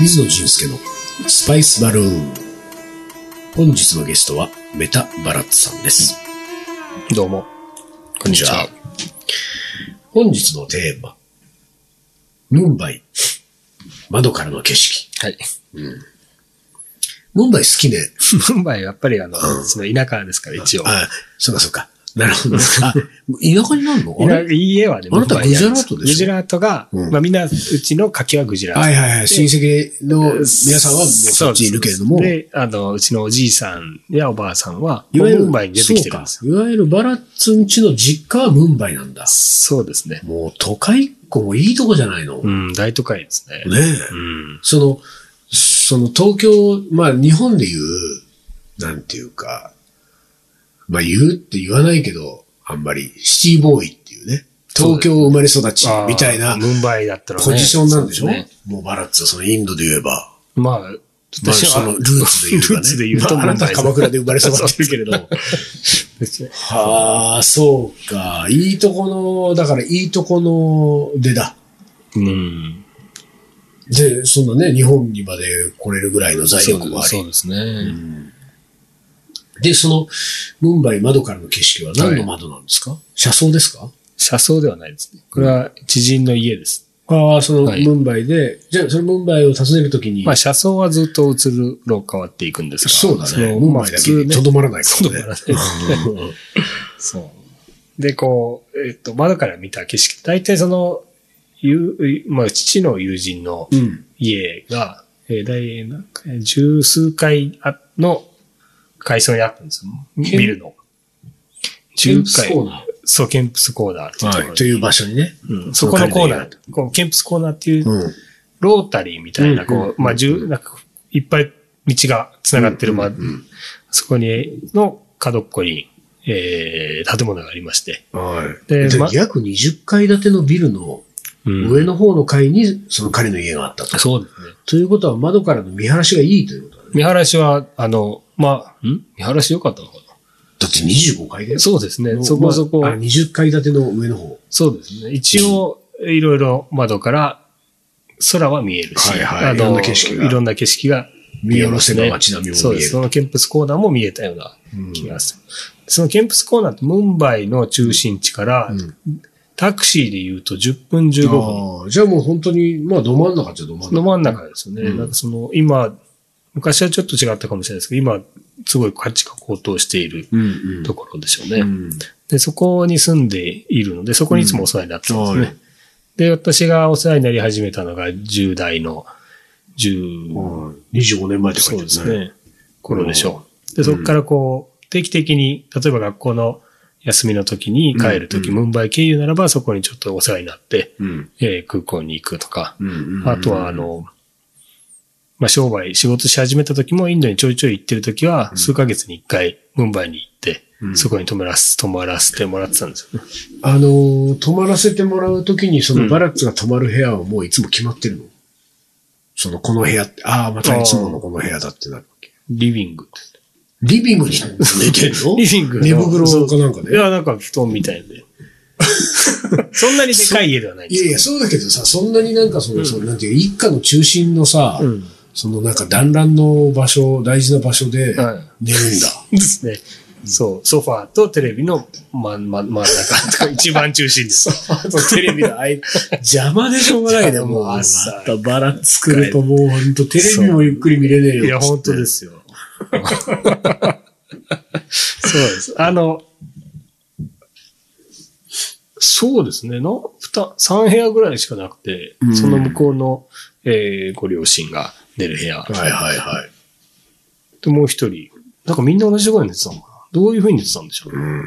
水野俊介のスパイスバルーン。本日のゲストはメタバラッツさんです。どうも。こんにちは。本日のテーマ、ムンバイ、窓からの景色。はい。 ムンバイ好きね。ムンバイはやっぱりあの、その田舎ですから一応。あ、そうかそうか。なるほ ど。あ、田舎になるのあ田れ家はね、あなたムンバイにあるんすグジャラートでしょグジャラートが、うんまあみんな、うちの柿はグジャラート。はいはいはい。親戚の皆さんはもうそっちにいるけれどもそう。ですで、あの、うちのおじいさんやおばあさんは、いもわうゆる、ムンバイに出てきてるんですよ。そうかいわゆるバラッツン家の実家はムンバイなんだ。そうですね。もう都会っ子もいいとこじゃないの。うねん、大都会ですね。え。うん。その、その東京、まあ日本で言う、なんていうか、まあ言うって言わないけど、あんまりシティボーイっていうね、東京生まれ育ちみたいなあームンバイだったらね。ポジションなんでしょそうすねもうバラッツはそのインドで言えば、まあ、まあ私そはのルーツで言うかね。 ルーツで言うとまあ、あなたは鎌倉で生まれ育そうってるけれども。ですねはあ、そうか。いいとこの、だからいいとこの出だ。うん。で、そんなね、日本にまで来れるぐらいの財そう力もあり。そうですね。で、その、ムンバイ窓からの景色は何の窓なんですか、車窓ですか車窓ではないですね。これは知人の家です。ああ、その、はいムンバイで、じゃあ、そのムンバイを訪ねるときに、まあ、車窓はずっと移るろ変わっていくんですが。そうだね。のムンまあ、バイ普だけ通にね。とどまらないかそうらね。うんそう。で、こう、えっと、窓から見た景色、大体その、ゆまあ、父の友人のうん。家が、えー、大なんかえー十数階あの階層にあったんですよ。ビルの。ケン10プス階。コーナそう、ケンプスコーナーっていうとこー。ろとでいう場所にね。うんそこのコーナわかー、こうケンプスコーナーっていううん。ロータリーみたいな、うんうんこうう、まあ、十、なんか、いっぱい道が繋がってる、まあうんうんうん、そこに、の角っこに、えー、建物がありまして。はい。ででま約20階建てのビルの上の方の階に、その彼の家があったと。そうですね。ということは、窓からの見晴らしがいいということだね。見晴らしは、あの、まあ、ん見晴らし良かったのかだって25階だなよ。そうですね。そこそこまあ、あ20階建ての上の方。そうですね。一応、いろいろ窓から、空は見えるし、はいはいあいろんなの、景色がいろんな景色が見下ろますせねば街並みも見える。そうです。そのケンプスコーナーも見えたようなうん気がする。そのケンプスコーナーってムンバイの中心地から、うんタクシーで言うと10分15分。ああじゃあもう本当に、まあ、ど真ん中っちゃど真んの中。真ん中ですよね。うんなんかその、今、昔はちょっと違ったかもしれないですけど、今、すごい価値が高騰しているうんうんところでしょうね。うんで、そこに住んでいるので、そこにいつもお世話になってますね。うんはいで、私がお世話になり始めたのが10代の10、はい25年前って書そいうてですあるね。ね。頃でしょう。で、そこからこう、定期的に、例えば学校の休みの時に帰る時、うんムンバイ経由ならばそこにちょっとお世話になって、うんえー空港に行くとか、うんうんうんあとはあ、の、まあ、商売、仕事し始めた時もインドにちょいちょい行ってる時は、数ヶ月に一回、ムンバイに行ってう、んそこに泊まらす、泊まらせてもらってたんですよね。あのー、泊まらせてもらうときに、そうのんバラッツが泊まる部屋はもういつも決まってるのその、この部屋って、ああ、またいつものこの部屋だってなるわけ。リビング。リビン グに寝てんのリビングの寝袋かなんかいね。や、なんか布団みたいで。そんなにでかい家ではないんでいすやよいや、そうだけどさ、そんなになんかその、うんそのなんていう、一家の中心のさ、うんそのなんか団らんの場所、大事な場所ではい寝るんだ。ですね。そう、ソファーとテレビの真ん、ま、真ん中と一番中 心です。あと テレビのあ い、邪魔でしょうがないね、もう。もう朝またバラ作るともうほんとテレビもゆっくり見れねえよ。。いや、本当ですすよ。 そうです。あの、そうですね。の、二、三部屋ぐらいしかなくて、うんその向こうの、えーご両親が寝る部屋。はいはいはい。で、もう一人。なんかみんな同じところに寝てたのかなどういうふうに寝てたんでしょうね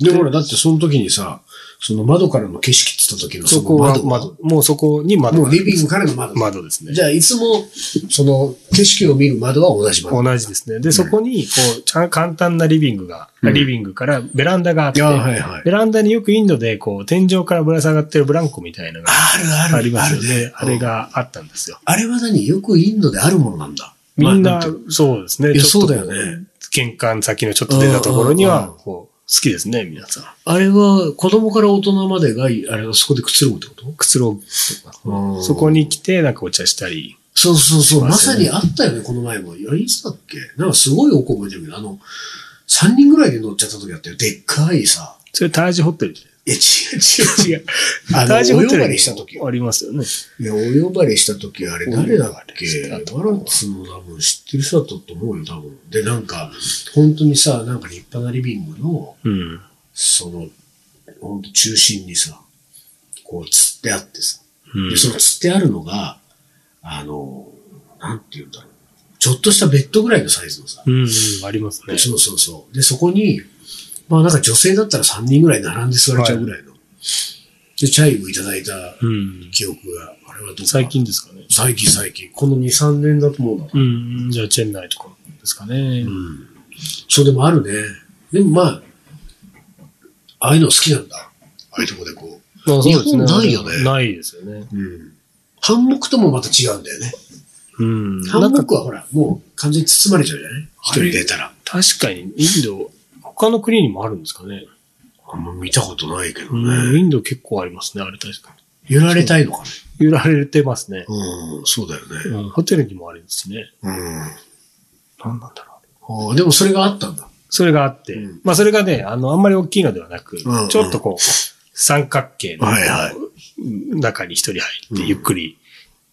で、ほら、だってその時にさ、その窓からの景色って言った時のそそのこは窓窓。もうそこに窓もがうあるリビングからの窓。窓ですね。じゃあ、いつも、その、景色を見る窓は同じ窓。同じですね。で、そこに、こう、ちゃん簡単なリビングが、うんリビングからベランダがあって、あはいはい。ベランダによくインドで、こう、天井からぶら下がってるブランコみたいなのがあるある。ありますよあねる。あれ。があったんですよ。あれは何よくインドであるものなんだ。みんまあなていう、そうですね。いやちょっとそうだよね。玄関先のちょっと出たところにうんはうん、こう、好きですね、皆さん。あれは子供から大人までが、あれはそこでくつろぐってことくつろぐ。そこに来て、なんかお茶したり。そうそうそう。まますよさねにあったよね、この前も。いや、いつだっけなんかすごいおこ覚えてるけど、あの、3人ぐらいで乗っちゃった時あったよ。でっかいさ。それ、タージホテルじえ、違う違 ゃん。違う。う。あタージの、おホ呼テばルれにした時ありますよね。いや、お呼ばれした時あれ誰だっけお呼ばれしたとバランスも多分知ってる人だったと思うよ、多分。で、なんか、本当にさ、なんか立派なリビングの、うん。その、本当中心にさ、こう、つってあってさ。うんで、そのつってあるのが、あの、なんて言うんだろう。ちょっとしたベッドぐらいのサイズのさ。うん、うん、ありますね。そうそうそう。で、そこに、まあなんか女性だったら3人ぐらい並んで座れちゃうぐらいの。で、チャイをいただいたうん。記憶が、あれはどうか最。近ですかね。最近最近。この2、3年だと思うな。うん、じゃあ、チェンナイとかですかねう。ん。そうでもあるね。でもまあ、ああいうの好きなんだ。ああいうとこでこう。まあそうですね日本ないよねないですよね。うん。ハンモックともまた違うんだよね。うん。ハなンんモかックはほら、もう完全に包まれちゃうじゃない一人でいたら。確かに、インド、他の国にもあるんですかね。あんま見たことないけどうん、ね。インド結構ありますね、あれ確か揺られたいのかね。に。揺られてますね。うん、そうだよね。うん、ホテルにもあるんですね。うん。なんなんだろう。ああでもそれがあったんだ。それがあって、うんまあそれがね、あの、あんまり大きいのではなく、うんうんちょっとこう、三角形のはいはい中に一人入って、うんゆっくり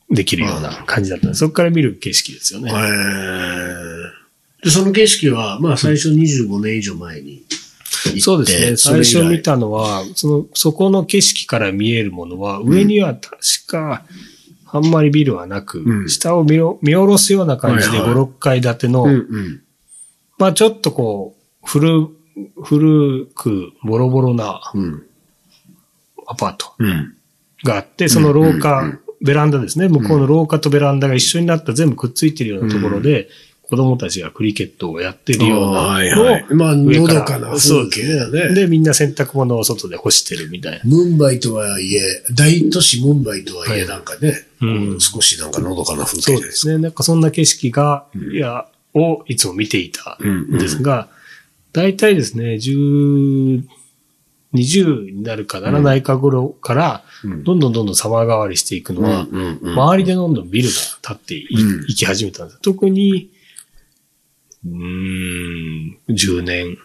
できるような感じだったんで、そこから見る景色ですよね。えで、その景色は、まあ最初25年以上前に行って。そうですね。それ最以来初見。たのは、その、そこの景色から見えるものは、上には確か、あんまりビルはなく、うん下を見ろ見下ろすような感じではいは5、い6階建ての、うんうん。まあちょっとこう、古、古く、ボロボロなうん。アパートうん。があって、その廊下、うんうんうんベランダですね。向こうの廊下とベランダが一緒になった全部くっついてるようなところで、子供たちがクリケットをやってるようなはいのをはい。まあ、上のからどかな風景だね。で、みんな洗濯物を外で干してるみたいな。ムンバイとはいえ、大都市ムンバイとはいはえ、いなんかね、うん少しなんかのどかな風景じそゃうないでですすね。なんかそんな景色が、うんいや、をいつも見ていたか。うんんですが、大体ですね、10、20になるかならないか頃から、うんどんどんどんどん様変わりしていくのは、うんうん周りでどんどんビルが建ってい,、うんき始めたんです。特に、うーん、10年、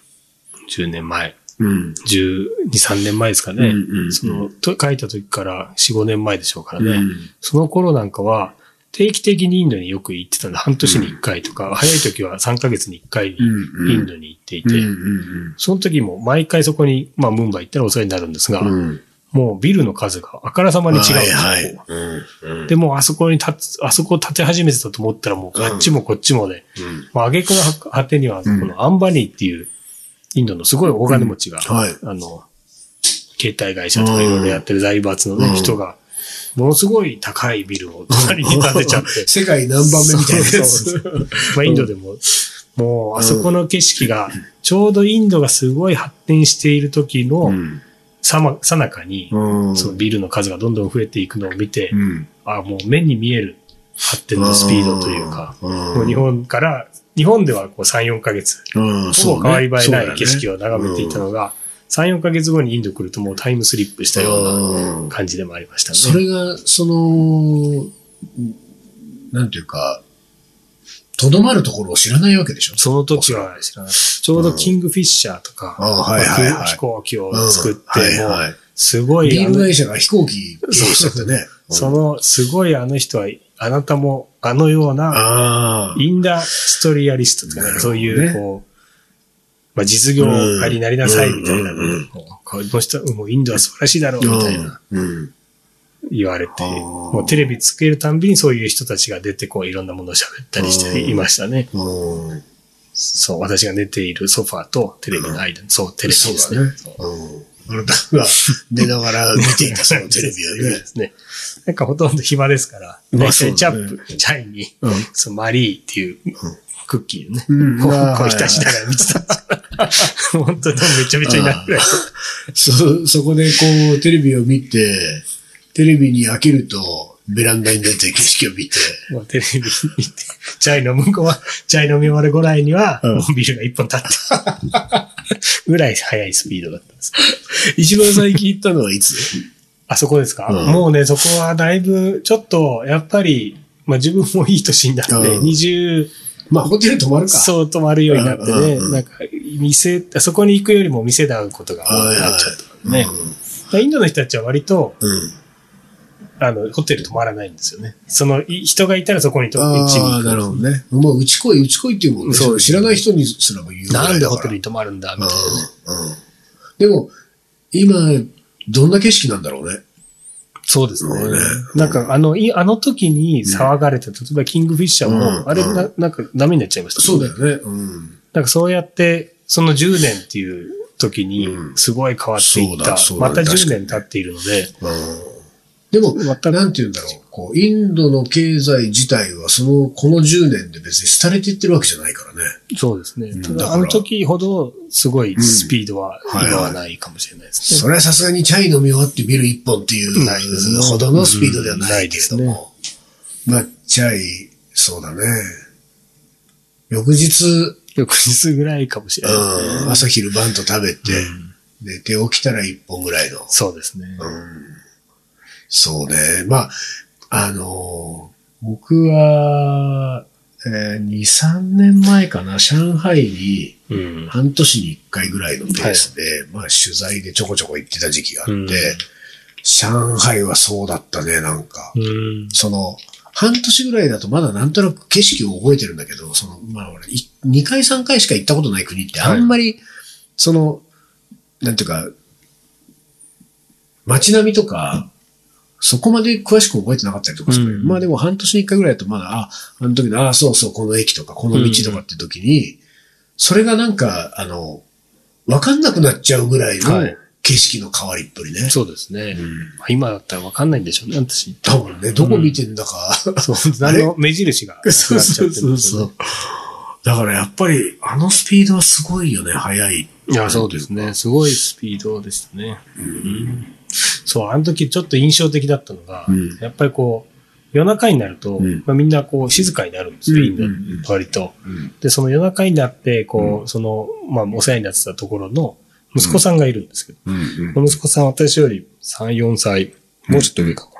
10年前、うん12、3年前ですかね。うんうんその、と書いた時から4、5年前でしょうからね。うんその頃なんかは、定期的にインドによく行ってたんで、半年に1回とか、早い時は3ヶ月に1回イうんンドに行っていて、うんうんその時も毎回そこに、まあ、ムンバイ行ったらお世話になるんですが、うんうん。もうビルの数があからさまに違うんですよ。はいはい。うんうんで、もうあそこに立つ、あそこを建て始めてたと思ったらもうあっちもこっちもで、うんまあ、挙句の果てには、このアンバニーっていう、インドのすごい大金持ちが、はい。あの、携帯会社とかいろいろやってる財閥のね、うん人が、ものすごい高いビルを隣に建てちゃって。世界何番目みたいなやそうつ。そうそうまあ、インドでも、もう、あそこの景色が、ちょうどインドがすごい発展している時のん。さま、さなかに、うんそのビルの数がどんどん増えていくのを見てう、ん。あもう目に見える発展のスピードというか、うん、もう日本から、日本ではこう3、4ヶ月、うん、ほぼ変わり映えない景色をを眺めていたのが、3、4ヶ月後にインド来るともうタイムスリップしたような感じでもありましたね。それが、その、なんていうか、とどまるところを知らないわけでしょその時は知らない。ちょうどキングフィッシャーとか、あはいはいはい飛行機を作って、うんもはいうはいすごい、ビあールの会社が飛行機経営しちゃってね。その、すごいあの人は、あなたもあのような、ああ。インダストリアリストとかね、なるほそどうねいう、こう、まあ、実業家になりなさいみたいなうんうんうんうん、こうこの人、もうインドは素晴らしいだろうみたいなうん。言われて、あーもうテレビつけるたんびにそういう人たちが出て、こういろんなものを喋ったりしていましたね。うん。うんそう、私が寝ているソファーとテレビの間に、そう、テレビですね。 そうあなたが寝ながら見ていたそ のテレビテレはビねで。すね。なんかほとんど暇ですから、まあ大体チャそうだッねプ、チャイに、うんそのマリーっていうクッキーをね、うんこうあーこう浸しながら見てたんですよ 本当にめちゃめちゃになるぐらい。そ、そこでこう、テレビを見て、テレビに飽きると、ベランダに出て景色を見 て、もうテレビ見て、チャイの 向こうは、チャイ飲み終わるぐらいには、うんもうビールが一本立った。 ぐらい速いスピードだったんです。一番最近行ったのはいつあそこですか、うんもうね、そこはだいぶ、ちょっと、やっぱり、まあ自分もいい年になって、うん20、まあ、ホテル泊まるか。う。そう泊まるようになってね、うんうんうんなんか、店、そこに行くよりも店で会うことが多くはいなはっちゃった。い。ねうだからインドの人たちは割と、ん。うん。あの、ホテル泊まらないんですよね。その、い人がいたらそこに泊まって、ああ、なるほどね。もう、うち来い、うち来いっていうもんね。そう知らない人にすらも言うぐらいだからなんでホテルに泊まるんだ、みたいなね。うん。うん。でも、今、どんな景色なんだろうね。そうですねそうね。なんか、あの、いあの時に騒がれた、例えばキングフィッシャーうんも、あれな、なんかダメになっちゃいました、そうだ。よね。うん。なんかそうやって、その10年っていう時にう、んすごい変わっていそうっだた。そうだまた10確かに年経っているので、うん。でも、またなんて言うんだろう。こう、インドの経済自体は、その、この10年で別に廃れていってるわけじゃないからね。そうですねうん。ただかだ、らあの時ほど、すごいスピードはうんはいはい今はないかもしれないですそね。れはさすがにチャイ飲み終わってビール一本っていうないですねほどのスピードではないけれどうんなも。まあ、チャイ、そうだね。翌日、翌日ぐらいかもしれないですねうん、朝昼晩と食べて、寝て起きたら一本ぐらいの。そうですね。そうね。まあ、あのー僕は、えー、2、3年前かな、上海にうん。半年に1回ぐらいのペースで、まあ取材でちょこちょこ行ってた時期があって、うん上海はそうだったね、なんか。うん。その、半年ぐらいだとまだなんとなく景色を覚えてるんだけど、その、まあ俺、い2回3回しか行ったことない国ってあんまり、その、なんていうか、街並みとか、そこまで詳しく覚えてなかったりとかする。うんまあでも半年に1回ぐらいだとまだ、あ、あの時の、あそうそう、この駅とか、この道とかって時に、それがなんか、あの、わかんなくなっちゃうぐらいのはい景色の変わりっぷりね。そうですねう。んまあ今だったらわかんないんでしょうね、私。多分ね、どこ見てんだか、そう。あれ何の目印がなくなっちそゃうってそうるそうんですそよう。だからやっぱり、あのスピードはすごいよね、速い。ね。いや、そうですね。すごいスピードでしたね。そう、あの時ちょっと印象的だったのが、うんやっぱりこう、夜中になると、うんまあ、みんなこう静かになるんですよ、うんインドうん割と。うん。で、その夜中になって、こう、その、まあ、お世話になってたところの息子さんがいるんですけど、うんこの息子さんは私より3、4歳、もうちょっと上かな。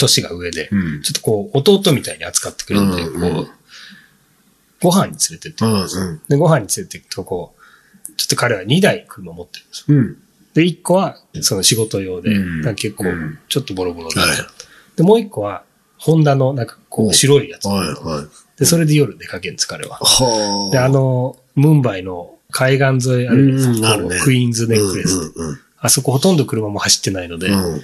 年が上で、うん。ちょっとこう、弟みたいに扱ってくれるんで、うんうんこう、ご飯に連れてって、うん。で、ご飯に連れて行くと、こう、ちょっと彼は2台車持ってるんですよ。うん。で、1個は、その仕事用で、うんなんか結構うん、ちょっとボロボロで、はいで、もう1個は、ホンダの、なんかこおう、白いやつ。はい、はい。で、それで夜出かけるんです、彼は。はで、あ、の、ムンバイの海岸沿いあるじゃないですかうんあるねこうクイーンズネックレス。うんうんあそこほとんど車も走ってないので、うん。うん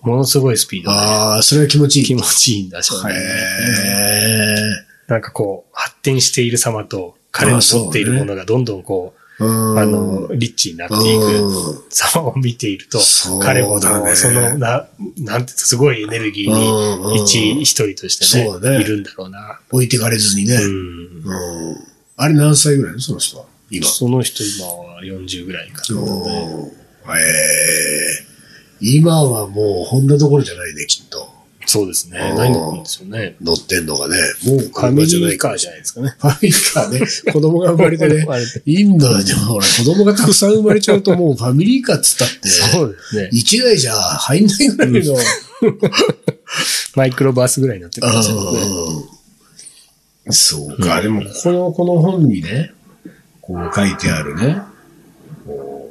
ものすごいスピードで、ああ、それは気持ちいい。気持ちいいんだし、へえ。なんかこう、発展している様と、彼の持っているものがどんどんこう、ああの、、リッチになっていく様を見ていると、そうだね彼ももうその、な、なんて、すごいエネルギーに、一、一一、人としてそうだねね、いるんだろうな。置いてかれずにね。うん。うん。あれ何歳ぐらいのその人は今。その人今は40ぐらいかな。おーえー今はもうホンダどころじゃないね、きっと。そうですねおー。ないのかもですよね。乗ってんのがね。もうファ車ミじゃなリーいかカーら。じゃないです かね。ファミリーカーね。子供が生まれてね生。まれてインドはでもほら、子供がたくさん生まれちゃうともうファミリーカーっつった って、そうですね。一台じゃ入んないぐらいの。 マイクロバースぐらいになってますよね。うんそうか。でも、ここの、この本にね、こう書いてあるね、こ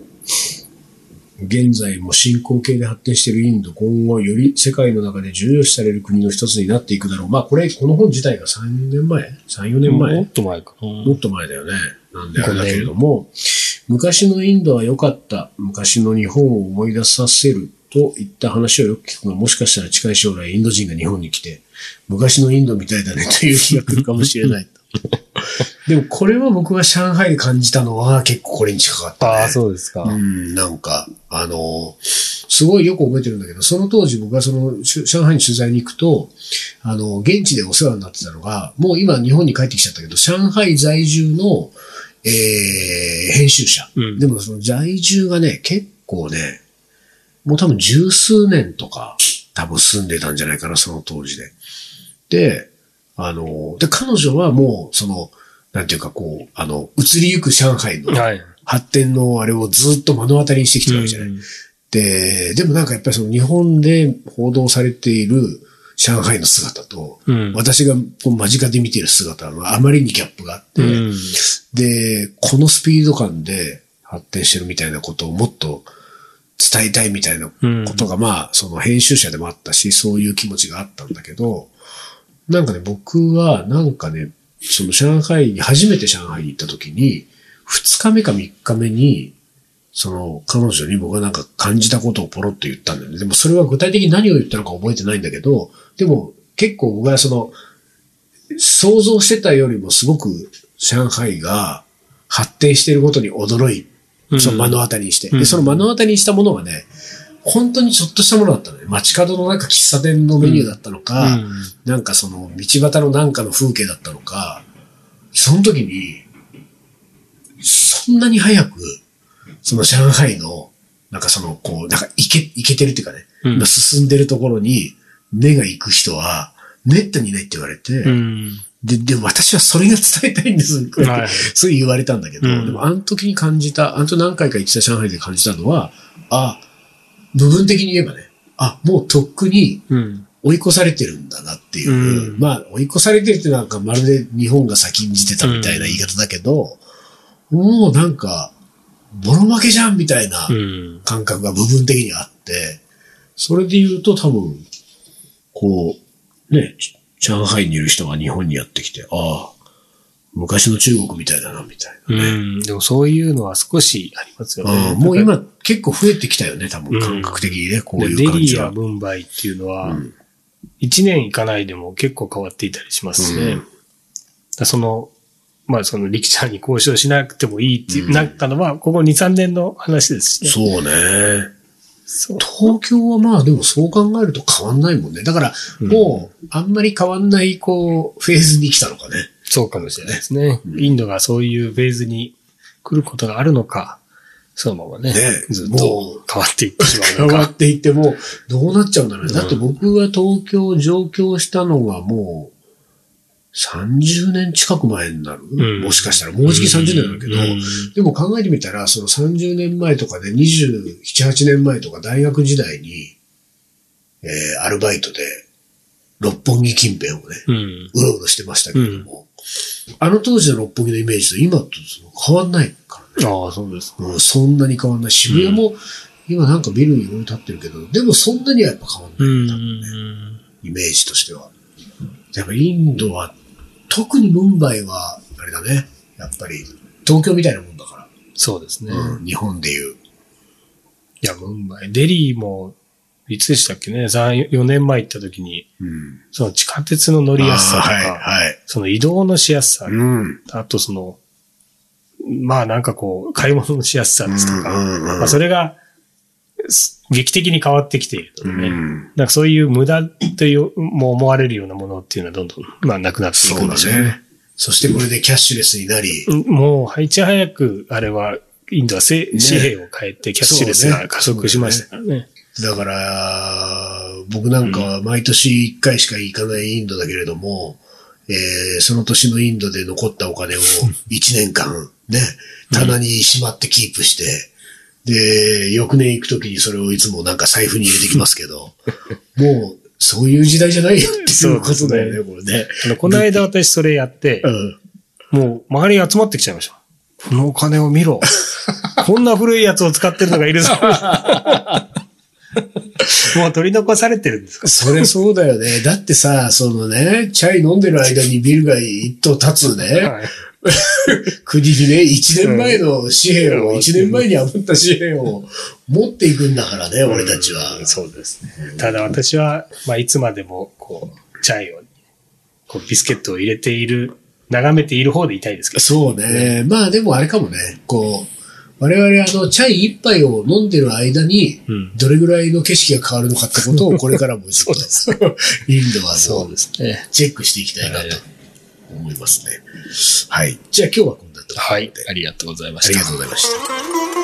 う現在も進行形で発展しているインド、今後より世界の中で重要視される国の一つになっていくだろう。まあ、これ、この本自体が3年前 ?3、4年前、もっと前かな。もっと前だよね。なんであれだけれども、昔のインドは良かった。昔の日本を思い出させるといった話をよく聞くが、もしかしたら近い将来インド人が日本に来て、昔のインドみたいだねという日が来るかもしれ ない。でもこれは僕が上海で感じたのは結構これに近かった、ね。ああ、そうですか。うん、なんか、あの、すごいよく覚えてるんだけど、その当時僕がその、しゅ上海に取材に行くと、あの、現地でお世話になってたのが、もう今日本に帰ってきちゃったけど、上海在住の、えー、編集者。うんでもその在住がね、結構ね、もう多分十数年とか、多分住んでたんじゃないかな、その当時で。で、あの、で、彼女はもう、その、なんていうかこう、あの、移りゆく上海のはい。発展のあれをずっと目の当たりにしてきてるわけじゃない。うんで、でもなんかやっぱりその日本で報道されている上海の姿と、うん私がこう間近で見ている姿はあまりにギャップがあって、うんで、このスピード感で発展してるみたいなことをもっと伝えたいみたいなことが、まあ、その編集者でもあったし、そういう気持ちがあったんだけど、なんかね、僕は、なんかね、その上海に、初めて上海に行った時に、2日目か3日目に、その彼女に僕はなんか感じたことをポロッと言ったんだよね。でもそれは具体的に何を言ったのか覚えてないんだけど、でも結構僕はその、想像してたよりもすごく上海が発展していることに驚い、その目の当たりにして。うんで、その目の当たりにしたものがね、本当にちょっとしたものだったのね。街角のなんか喫茶店のメニューだったのか、うんなんかその道端のなんかの風景だったのか、その時に、そんなに早く、その上海の、なんかその、こう、なんかいけ、いけてるっていうかね、うん進んでるところに、目が行く人は、めったにいないって言われて、うん。で、でも私はそれが伝えたいんです。はい そう言われたんだけど、うんでもあの時に感じた、あの時何回か行ってた上海で感じたのは、あ、部分的に言えばね、あ、もうとっくにうん。追い越されてるんだなっていう。うんまあ、追い越されてるってなんかまるで日本が先んじてたみたいな言い方だけど、もうなんか、ボロ負けじゃんみたいなうん。感覚が部分的にあって、それで言うと多分、こう、ね、ち上海にいる人が日本にやってきて、ああ、昔の中国みたいだな、みたいうん。でもそういうのは少しありますよな。ね。うんもうなんか、今結構増えてきたよね、多う分ん感覚的にね、こうでいデう感リじーやは。ムンバイっていうのうは、ん一年行かないでも結構変わっていたりしますしね。うんだからその、まあその力者に交渉しなくてもいいっていううんなったのは、ここ2、3年の話ですしね。そうね。そう。東京はまあでもそう考えると変わんないもんね。だからうんもうあんまり変わんないこうフェーズに来たのかね。そうかもしれないですね。うんインドがそういうフェーズに来ることがあるのか、そのままね、ねずっもと変わっていってしま変うのわか。っていって もどうなっちゃうんだろうね。うんだって僕は東京上京したのがもう30年近く前になる、んもしかしたら。もうじき30年だけど、うんでも考えてみたら、その30年前とかで27、8年前とか大学時代に、えー、アルバイトで六本木近辺をね、うん。うろうろしてましたけれども、あの当時の六本木のイメージと今と変わんないからね。ああ、そうです。うん、そんなに変わんない。渋谷も、今なんかビルにいろいろ立ってるけど、でもそんなにはやっぱ変わんない。うん。イメージとしては。やっぱインドは、特にムンバイは、あれだね。やっぱり、東京みたいなもんだかそうですね。ら。うん、日本でいう。いや、ムンバイ。デリーも、いつでしたっけね ?3、4年前行った時に、うん。その地下鉄の乗りやすさとあか、ーはい、はい。その移動のしやすさ、うん。あとその、まあなんかこう、買い物のしやすさですとか、うんうんまあそれが、す劇的に変わってきているとうね、ん。なんかそういう無駄という、も思われるようなものっていうのはどんどん、まあなくなっていそくうんだでしょうね。ね。そしてこれでキャッシュレスになり、うんもう、はいち早く、あれは、インドはせね紙幣を変えてキャッシュレスが加速しましたからね。だから、僕なんかは毎年1回しか行かないインドだけれども、えーその年のインドで残ったお金 を1年間ね、棚にしまってキープして、で、翌年行くときにそれをいつもなんか財布に入れてきますけ ど、もうそういう時代じゃないよっていうことだよね、これね。あのこの間私それやって、うん。もう周りが集まってきちゃいました。このお金を見ろ。 こんな古いやつを使ってるのがいる ぞ。もう取り残されてるんですかそれそうだよね。だってさ、そのね、チャイ飲んでる間にビルが一棟立つね、はい国にね、一年前の紙幣を、一年前に余った紙幣を持っていくんだからね、俺たちはうん。そうですね。ただ私は、まあ、いつまでも、こう、チャイを、こう、ビスケットを入れている、眺めている方でいたいですけど。そうね。まあでもあれかもね、こう、我々あの、チャイ一杯を飲んでる間に、うんどれぐらいの景色が変わるのかってことをこれからもちょっと、 インドはもうですね。チェックしていきたいなと思いますね。はい。じゃあ今日はこんなところで。ありがとうございまありがとうございました。